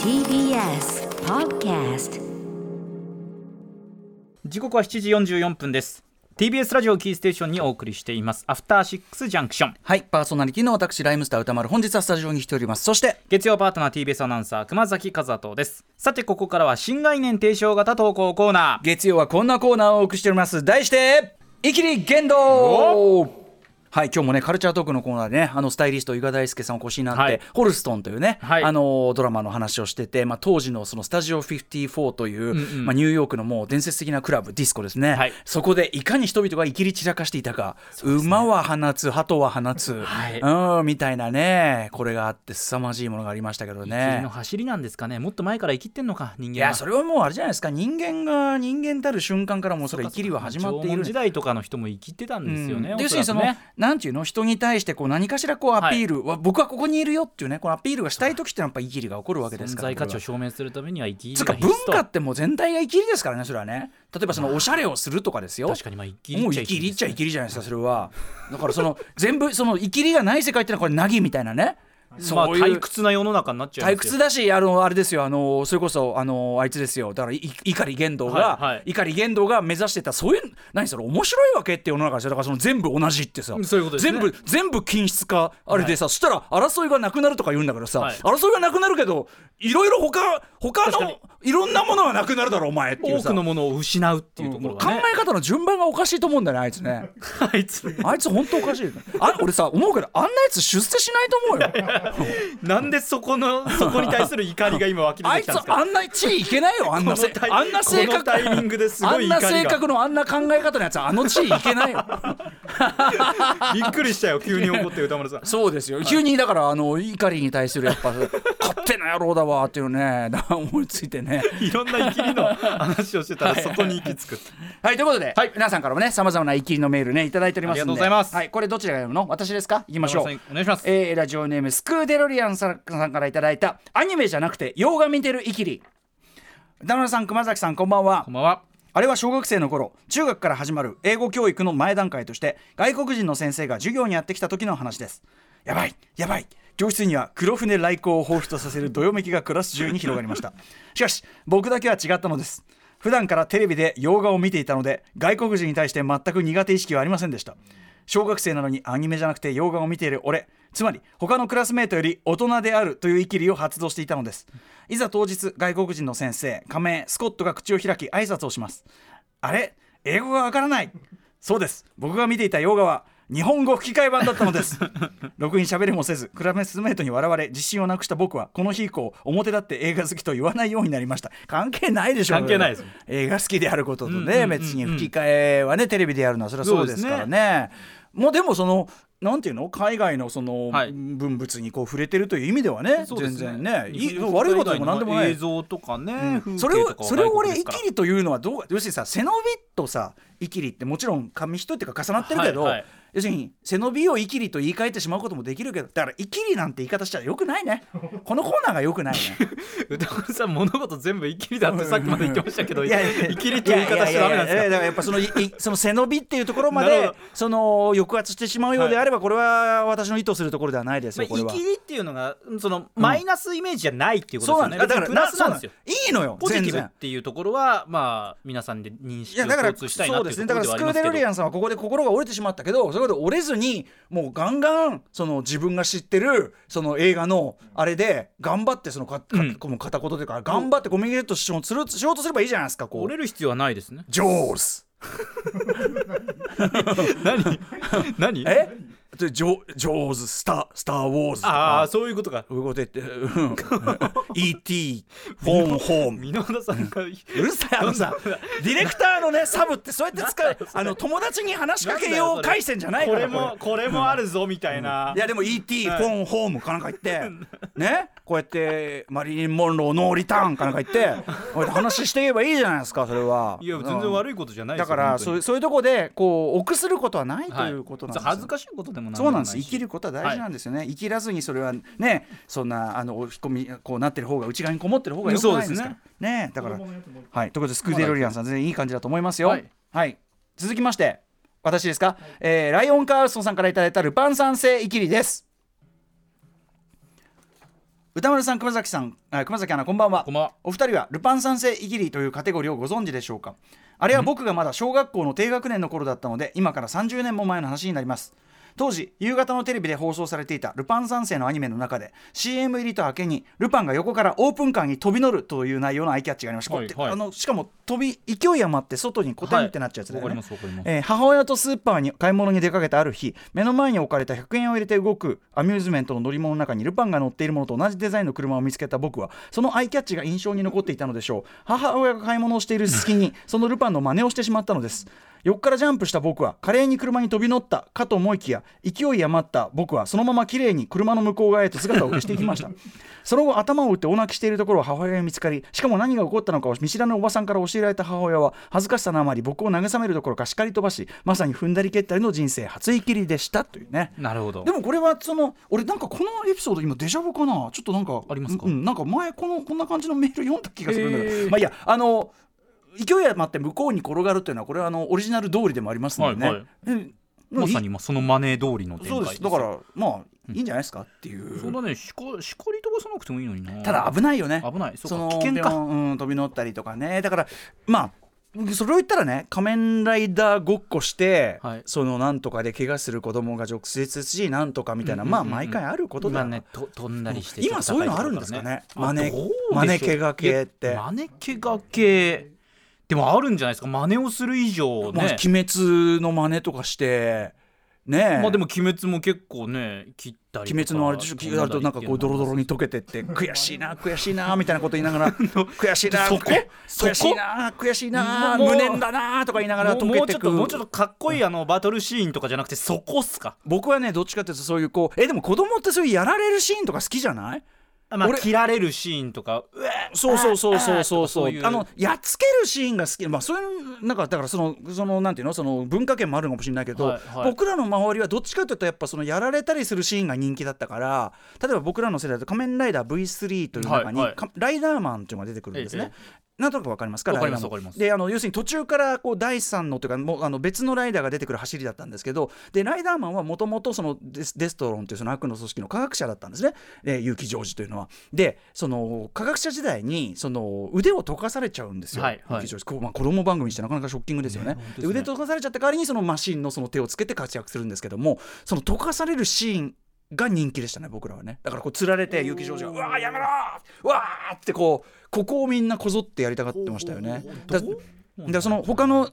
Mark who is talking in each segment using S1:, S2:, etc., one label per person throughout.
S1: TBS Podcast
S2: 時刻は7時44分です TBS ラジオキーステーションにお送りしていますアフターシックスジャンクション
S3: はい、パーソナリティの私、ライムスター歌丸、本日はスタジオに来ております。そして、
S2: 月曜パートナー TBS アナウンサー熊崎和人ですさてここからは新概念提唱型投稿コーナー
S3: 月曜はこんなコーナーをお送りしております。題して、イキリ言動はい今日もねカルチャートークのコーナーでねあのスタイリスト伊賀大輔さんお越しになって、
S2: はい
S3: ホルストンというね、
S2: はい
S3: あのドラマの話をしてて、まあ、当時のそのスタジオ54という、まあ、ニューヨークのもう伝説的なクラブディスコですね、
S2: はい
S3: そこでいかに人々がイキリ散らかしていたか、馬は放つ鳩は放つ、
S2: はい
S3: うんみたいなねこれがあって凄まじいものがありましたけどね。
S2: 君の走りなんですかねもっと前から生きてんのか人間
S3: い
S2: は
S3: やそれはもうあれじゃないですか人間が人間たる瞬間からもうそれ生きりは始まってい
S2: 縄文
S3: る
S2: 時代とかの人も生きてたんですよね、
S3: うん
S2: お
S3: で要す
S2: そ
S3: る
S2: ら
S3: に
S2: く
S3: その、
S2: ね
S3: なんていうの人に対してこう何かしらこうアピール、は僕はここにいるよっていうねこのアピールがしたい時ってのはやっぱイキリが起こるわけで
S2: 存
S3: すから
S2: 在価値を
S3: こ
S2: 証明するためには生き
S3: れ
S2: り
S3: はつうか
S2: が必
S3: 文
S2: 須と
S3: 化ってもう全体がイキリですからねそれはね例えばそのおしゃれをするとかですよ
S2: 確かにまあ生きり
S3: もう
S2: ちゃ
S3: イキリっちゃイ
S2: 生き
S3: キリじゃないですかそれはだからその全部そのイキリがない世界ってのはこれ凪みたいなね
S2: まあ
S3: そういう
S2: 退屈な世の中になっちゃい
S3: 退
S2: ますよ
S3: 屈だしあのあれですよあのそれこそあのあいつですよだからい碇玄道が、
S2: はいはい
S3: 碇玄道が目指してたそういう何それ面白いわけって世の中でしょだからその全部同じってさ
S2: そういうことですね
S3: 全部全部均質化あれでさ、そしたら争いがなくなるとか言うんだからさ、
S2: はい
S3: 争いがなくなるけどいろいろ他他
S2: 確かに
S3: のいろんなものはなくなるだろお前っていう
S2: 多
S3: さ
S2: くのものを失うっていうところ
S3: 考
S2: がね、
S3: え方の順番がおかしいと思うんだよねあいつね
S2: あいつ
S3: あいつ本当おかしいよねあ俺さ思うけどあんなやつ出世しないと思うよ
S2: なんでそこのそこに対する怒りが今湧き出
S3: あ
S2: て
S3: い
S2: き
S3: つ
S2: たんですか
S3: あんな地位いけないよあんな せ
S2: このタイ
S3: あんな性
S2: この
S3: 格
S2: タイミングです
S3: あ
S2: ご
S3: ん
S2: い
S3: な
S2: 怒
S3: 性
S2: りが
S3: 格のあんな考え方のやつあの地位いけな いよ
S2: びっくりしたよ急に怒って歌丸さん
S3: そうですよ急にだからあの怒りに対するやっぱ勝手な野郎だわっていうねだ思いついてね
S2: いろんな生きりの話をしてたらそこに行き着く
S3: はいということで、
S2: はい
S3: 皆さんからもねさまざまな怒りのメールねいただいておりますんで
S2: ありがとうございます
S3: はい、これどちらが読むの私ですかいきましょ
S2: 歌
S3: う
S2: 丸さんお願いします
S3: えーラジオネームスクーデロリアンさんさんからいただいたアニメじゃなくて洋画見てるイキリ田村さん熊崎さんこんばんは
S2: こんばんは
S3: あれは小学生の頃中学から始まる英語教育の前段階として外国人の先生が授業にやってきた時の話ですやばいやばい教室には黒船来航を彷彿とさせるどよめきがクラス中に広がりましたしかし僕だけは違ったのです普段からテレビで洋画を見ていたので外国人に対して全く苦手意識はありませんでした小学生なのにアニメじゃなくて洋画を見ている俺つまり他のクラスメートより大人であるというイキリを発動していたのですいざ当日外国人の先生仮名スコットが口を開き挨拶をしますあれ英語がわからないそうです僕が見ていた洋画は日本語吹き替え版だったのです 録音喋りもせずクラスメートに笑われ自信をなくした僕はこの日以降表立って映画好きと言わないようになりました関係ないでしょ
S2: 関係ないです
S3: 映画好きであることとね、
S2: うんうんうんうん
S3: 別に吹き替えはねテレビでやるのはそれはそうですからねもうでもそのなんていうの海外のその
S2: はい
S3: 文物にこう触れてるという意味ではね、
S2: そうで
S3: 全
S2: す
S3: 然ねいい悪いことでも何でもない
S2: 映像とかね、風景
S3: それ
S2: と
S3: を
S2: かは
S3: それを
S2: 外
S3: 俺
S2: 国で
S3: イ
S2: すから
S3: キリというのはどうか要するにさ背伸びとさイキリってもちろん紙一重っていうか重なってるけど、
S2: はいはい
S3: 要するに背伸びをイキリと言い換えてしまうこともできるけどだからイキリなんて言い方しちゃよくないねこのコーナーがよくないね
S2: 歌丸さん物事全部イキリだってさっきまで言ってましたけど
S3: い
S2: イ
S3: やいや
S2: キリという言い方しちゃダメなんです
S3: いや
S2: か
S3: いやいやいやだからやっぱそのいいその背伸びっていうところま
S2: なる
S3: で
S2: ほど
S3: その抑圧してしまうようであればこれは私の意図するところではないです
S2: ま
S3: よこれ
S2: あ、
S3: は
S2: イキ。リっていうのがそのマイナスイメージじゃないっていうこと
S3: そう
S2: です
S3: な
S2: よね、
S3: んだよだから
S2: プラスなんですよ
S3: そうないいのよ
S2: ポジティブ
S3: 全
S2: っ
S3: 然
S2: ていうところはまあ皆さんで認
S3: い
S2: 識
S3: や
S2: を
S3: だから
S2: 共通したいな
S3: そ
S2: っ
S3: う
S2: て
S3: で
S2: いう
S3: す
S2: と
S3: ねだ
S2: こ
S3: か
S2: ろ
S3: ら
S2: では
S3: ス
S2: あ
S3: ク
S2: りますけど
S3: ーデルリアンさんはここで心が折れてしまったけどそれで折れずにもうガンガンその自分が知ってるその映画のあれで頑張ってそのか、か
S2: うん
S3: この片言というか頑張ってコミュニケートしようとするしようとすればいいじゃないですかこ
S2: 折れ
S3: う
S2: る必要はないですね
S3: ジョーズ
S2: 何 何
S3: えでジョジョーズスタスター・ウォーズと
S2: ああ
S3: か
S2: そういうことか
S3: そういうこと言ってうん E.T. フォン・ホーム
S2: 箕輪さんが
S3: うるさいあ のさディレクターのねサブってそうやって使うあの友達に話しかけよう回線じゃない
S2: こ
S3: から
S2: れもこれもあるぞみたいな、
S3: いやでも E.T.
S2: はい
S3: フォン・ホームかなんか言ってねこうやってマリリン・モンローノーリターンかなんか言ってこうやって話していけばいいじゃないですかそれはい
S2: や全然悪いことじゃない
S3: い
S2: です
S3: だ
S2: よ
S3: からそういうそういうとこでこう臆することはないと
S2: はい
S3: いうことなんですよ
S2: 恥ずかしいことでもない
S3: そうなんです生きることは大事なんですよね、生きらずにそれはねそんなあの引き込みこうなってる方が内側にこもってる方がよくないんですから
S2: そう
S3: ねだからはいということでスクーデロリアンさん全然いい感じだと思いますよは
S2: はいい、
S3: 続きまして私ですか、えーライオンカールソンさんからいただいたルパン三世イキリです歌丸さん熊崎さんあ熊崎アナこんばんは
S2: こんばんは
S3: お二人はルパン三世イギリーというカテゴリーをご存知でしょうかあれは僕がまだ小学校の低学年の頃だったので今から30年も前の話になります当時夕方のテレビで放送されていた「ルパン三世」のアニメの中で CM 入りと明けにルパンが横からオープンカーに飛び乗るという内容のアイキャッチがありました、こうやって
S2: はいはい
S3: あのしかも飛び勢い余って外にコテンってなっちゃうやつだよ
S2: はい
S3: ね
S2: わかりますわかります
S3: えー母親とスーパーに買い物に出かけたある日目の前に置かれた100円を入れて動くアミューズメントの乗り物の中にルパンが乗っているものと同じデザインの車を見つけた僕はそのアイキャッチが印象に残っていたのでしょう母親が買い物をしている隙にそのルパンの真似をしてしまったのです横からジャンプした僕は華麗に車に飛び乗ったかと思いきや勢い余った僕はそのまま綺麗に車の向こう側へと姿を消していきましたその後頭を打ってお泣きしているところを母親に見つかりしかも何が起こったのかを見知らぬおばさんから教えられた母親は恥ずかしさのあまり僕を慰めるどころか叱り飛ばしまさに踏んだり蹴ったりの人生初イキリでしたというね
S2: なるほど
S3: でもこれはその俺なんかこのエピソード今デジャブかなちょっとなんか
S2: ありますか
S3: うんうんなんか前このこんな感じのメール読んだ気がするんだけど、
S2: へー
S3: まあいいやあの勢い余って向こうに転がるというのはこれはあのオリジナル通りでもありますのでね、
S2: はいはい
S3: うん
S2: まさに今そのマネー通りの展開
S3: そうですだからまあいいんじゃないですかっていう、
S2: そんなねしこしこり飛ばさなくてもいいのにな
S3: ただ危ないよね
S2: 危ないそうか
S3: その
S2: 危険か
S3: でもうん、飛び乗ったりとかねだからまあそれを言ったらね仮面ライダーごっこして、
S2: はい
S3: そのなんとかで怪我する子供が直接しなんとかみたいな、
S2: うんうんうん
S3: まあ毎回あることだ
S2: 今ねと飛んだりして
S3: 今そういうのあるんですかね
S2: あ
S3: 真
S2: どう
S3: 似
S2: でしょう
S3: 真似怪我系って
S2: いや真似怪我系でもあるんじゃないですか真似をする以上
S3: まあ
S2: ね
S3: 鬼滅の真似とかしてねえ
S2: まあでも鬼滅も結構ね切ったりとか
S3: 鬼滅のあれでしょ聞くとなんかこうドロドロに溶けてって悔しいな悔しいなみたいなこと言いな がら悔しいな
S2: そこ
S3: 悔
S2: そこ
S3: 悔しいな悔しいな
S2: もう
S3: 無念だなとか言いながら
S2: もう
S3: 溶
S2: も
S3: け
S2: うち
S3: て
S2: ょっ
S3: く
S2: ともうちょっとかっこいいあのバトルシーンとかじゃなくてそこっすか
S3: 僕はねどっちかっていうとそういうこうえでも子供ってそういうやられるシーンとか好きじゃない
S2: まあ
S3: 俺
S2: 切られるシーンとかうわ
S3: そうそうそうそうそう
S2: あ
S3: そ
S2: あとかそ
S3: う
S2: ういう
S3: あのやっつけるシーンが好きまあそういうなんかだからそのそのなんていうのその文化圏もあるのかもしれないけど、
S2: はいはい
S3: 僕らの周りはどっちかというとやっぱそのやられたりするシーンが人気だったから例えば僕らの世代だと「仮面ライダー V3」という中に、
S2: はいはい
S3: かライダーマンというのが出てくるんですね。
S2: え
S3: なんとなくわかりますか
S2: わかります
S3: ライダーマン
S2: わかります
S3: であの要するに途中からこう第三のというかもうあの別のライダーが出てくる走りだったんですけどでライダーマンはもともとそのデスデストロンというその悪の組織の科学者だったんですね、えー、結城ジョージというのは。でその科学者時代にその腕を溶かされちゃうんですよ、
S2: はいはい
S3: 結城ジョージこうまあ、子供番組にしてなかなかショッキングですよ
S2: ね
S3: ね。
S2: 本当
S3: で
S2: ですね
S3: 腕溶かされちゃった代わりにそのマシンのその手をつけて活躍するんですけどもその溶かされるシーンが人気でしたね僕らはねだからこう釣られて結城ジョージが「うわーやめろーうわー!」ってこうここをみんなこぞってやりたがってましたよね。だ
S2: どう
S3: だからその他の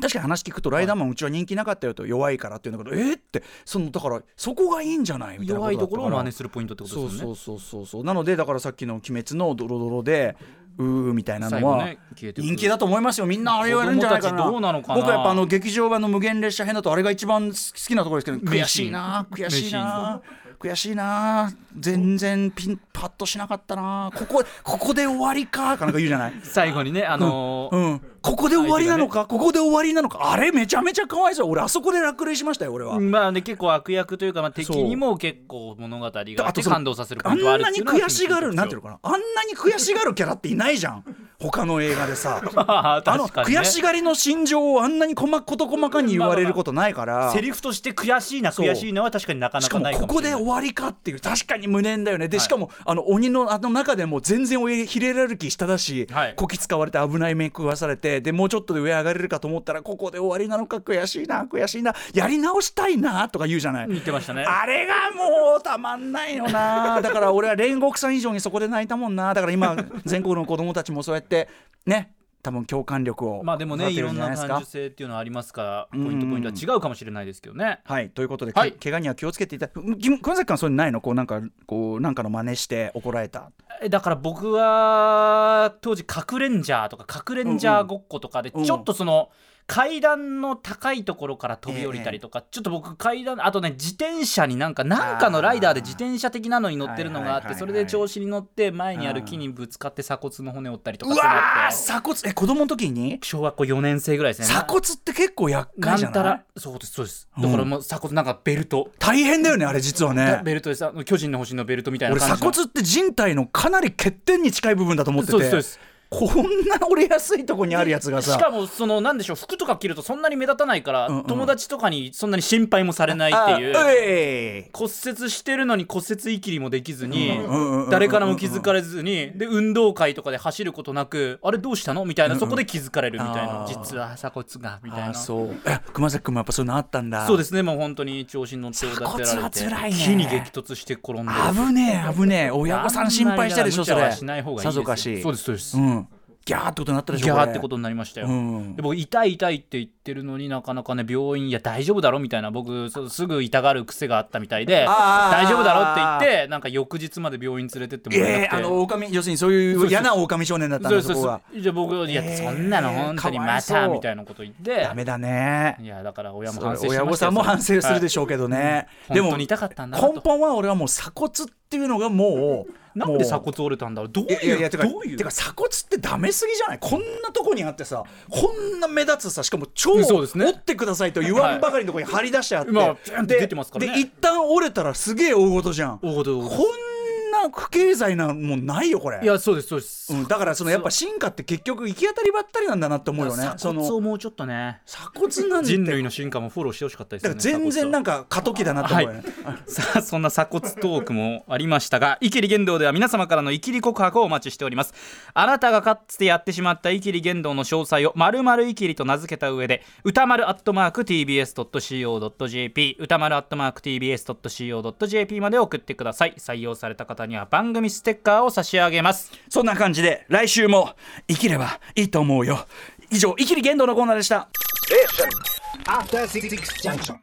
S3: 確かに話聞くとライダーマンうちは人気なかったよと弱いからっていうんだけどえーってそのだからそこがいいんじゃないみたいな
S2: 弱いところを真似
S3: す
S2: するポイントってこと
S3: そう
S2: です
S3: そ
S2: よね
S3: うそうそうそうなのでだからさっきの「鬼滅」のドロドロでうーみたいな
S2: 最
S3: の
S2: 後
S3: は
S2: ね消えてく
S3: 人気だと思いますよみんなあれやるんじゃないか
S2: 子供
S3: な
S2: たちどうなのかな
S3: 僕はやっぱあの劇場版の無限列車編だとあれが一番好きなところですけど
S2: 名シーン
S3: 悔しいな悔しい
S2: 名
S3: な悔しいな全然ピンパッとしなかったなここここで終わりかかなんか言うじゃ ない
S2: 最後にねあのー
S3: うん、ここで終わりなのか、ここで終わりなのかあれめちゃめちゃかわいそう俺あそこで落雷しましたよ俺は、
S2: まあね結構悪役というか、まあ、敵
S3: そう
S2: にも結構物語があ
S3: あ
S2: って
S3: その
S2: 感動させるポ
S3: あ
S2: イン
S3: ん
S2: トはある
S3: な
S2: ってい
S3: に
S2: うのが
S3: 悔しがるなんていうのかなあんなに悔しがるキャラっていないじゃん他の映画で さ
S2: あ
S3: あの
S2: 確かに、ね、
S3: 悔しがりの心情をあんなに細かこと細かに言われることないから
S2: セリフとして悔しいな
S3: そう
S2: 悔しいなは確かになかな
S3: し
S2: か
S3: かも
S2: ないか
S3: こ
S2: も
S3: こ
S2: しれ
S3: で
S2: ない
S3: 終わりかっていう確かに無念だよねで、
S2: はい
S3: しかもあの鬼のあの中でも全然おえヒレラルキー下だし、
S2: はい
S3: こき使われて危ない面食わされてでもうちょっとで上上がれるかと思ったらここで終わりなのか悔しいな悔しいなやり直したいなとか言うじゃない。
S2: 似てましたね
S3: あれがもうたまんないよなだから俺は煉獄さん以上にそこで泣いたもんなだから今全国の子供たちもそうやってね多分共感力 を
S2: まあでもね
S3: 育
S2: い
S3: てる
S2: ろん
S3: んじゃ
S2: な
S3: です
S2: 感
S3: か
S2: 受性っていうのはありますからポイントポイントは違うかもしれないですけどね
S3: はい、ということで、
S2: はい
S3: け怪我には気をつけていた。うんき熊崎君はそういうのないのこうなんかこうなんかの真似して怒られた。
S2: えだから僕は当時かくれんじゃーとかかくれんじゃーごっことかで
S3: うんうん
S2: ちょっとその階段の高いところから飛び降りたりとかちょっと僕階段あとね自転車になんかなんかのライダーで自転車的なのに乗ってるのがあっ
S3: はいはいはいは
S2: て
S3: い
S2: それで調子に乗って前にある木にぶつかって鎖骨の骨折ったりとか
S3: う
S2: そういうの
S3: わ
S2: あっ
S3: ー、
S2: て
S3: 鎖骨え子供の時に
S2: 小学校4年生ぐらいですね
S3: 鎖骨って結構厄
S2: な
S3: 介じゃ
S2: ん
S3: な
S2: た
S3: い。
S2: らそうですそうですだからもう鎖骨なんかベルト
S3: 大変だよねあれ実はね。
S2: ベルトでさ巨人の星のベルトみたいな
S3: 俺
S2: 感じの
S3: 鎖骨って人体のかなり欠点に近い部分だと思ってて。
S2: そうですそうです
S3: こんな折れやすいとこにあるやつがさ
S2: しかもそのなんでしょう服とか着るとそんなに目立たないから、
S3: んうん
S2: 友達とかにそんなに心配もされないっていう
S3: あうえ
S2: 骨折してるのに骨折いきりもできずに、
S3: うんうんうんうん
S2: 誰からも気づかれずに、で運動会とかで走ることなくあれどうしたのみたいな、そこで気づかれるみたいな
S3: あー
S2: 実は鎖骨がみたい
S3: あ
S2: な
S3: あそうえ熊崎君もやっぱそういうのあったんだ
S2: そうですねもう本当に調子に乗っておだてられて
S3: 鎖骨は辛いね
S2: 木に激突して転んで
S3: 危ねえ危ねえ親御さん心配したでしょそ
S2: あんまりだから無茶
S3: れ
S2: はしない方がいい
S3: さ
S2: ですよ
S3: ぞかし
S2: そうですそうです、
S3: うんギャーってことになったでしょ
S2: ギャ
S3: こ
S2: ー
S3: れ
S2: ってことになりましたよ、
S3: うん
S2: で僕痛い痛いって言ってるのになかなかね病院いや大丈夫だろみたいな僕そうすぐ痛がる癖があったみたいで
S3: あー
S2: 大丈夫だろって言ってなんか翌日まで病院連れてってもらえな
S3: ええ
S2: くて、
S3: あの狼要するにそういう嫌な狼少年だったん
S2: そう
S3: だ
S2: そ
S3: そうこ
S2: そ
S3: が
S2: うじゃあ僕いや、
S3: えー
S2: そんなの本当にま
S3: かわ
S2: た
S3: いそう
S2: みたいなこと言って
S3: ダメだね
S2: いやだから親も
S3: それ
S2: 反省しました
S3: 親
S2: よ
S3: 御さんも反省するでしょうけどね、
S2: はい
S3: で
S2: 本
S3: も
S2: 当に
S3: 根
S2: 痛かったんだなと
S3: 本は俺はもう鎖骨っていうのがもう
S2: なんで鎖骨折れたんだろうどう
S3: いやいや
S2: い
S3: いうやてか
S2: どういう
S3: てか鎖骨ってダメすぎじゃないこんなとこにあってさこんな目立つさしかも超
S2: うんそうですね
S3: 折ってくださいと言わんばかりのとこに張り出してあって、
S2: はい今ピュンって
S3: で
S2: 出てますからね
S3: で一旦折れたらすげえ大事じゃん
S2: 大事大事
S3: こんな不経済なもんないよこれ
S2: いやそうですそうです、
S3: うん、だからそのやっぱ進化って結局行き当たりばったりなんだなって思うよねそ
S2: 鎖骨を
S3: の
S2: もうちょっとね
S3: 鎖骨なんて
S2: 人類の進化もフォローしてほしかったです
S3: だ
S2: よ
S3: から
S2: ね
S3: 全然なんか過渡期だなって思うよね、
S2: さあそんな鎖骨トークもありましたが「イキリ言動」では皆様からのイキリ告白をお待ちしておりますあなたがかつてやってしまったイキリ言動の詳細を「まるイキリ」と名付けた上で歌丸 @tbs.co.jp 歌丸 @tbs.co.jp まで送ってください採用された方には番組ステッカーを差し上げます
S3: そんな感じで来週も生きればいいと思うよ以上「生きり言動」のコーナーでした
S4: After Six Junction.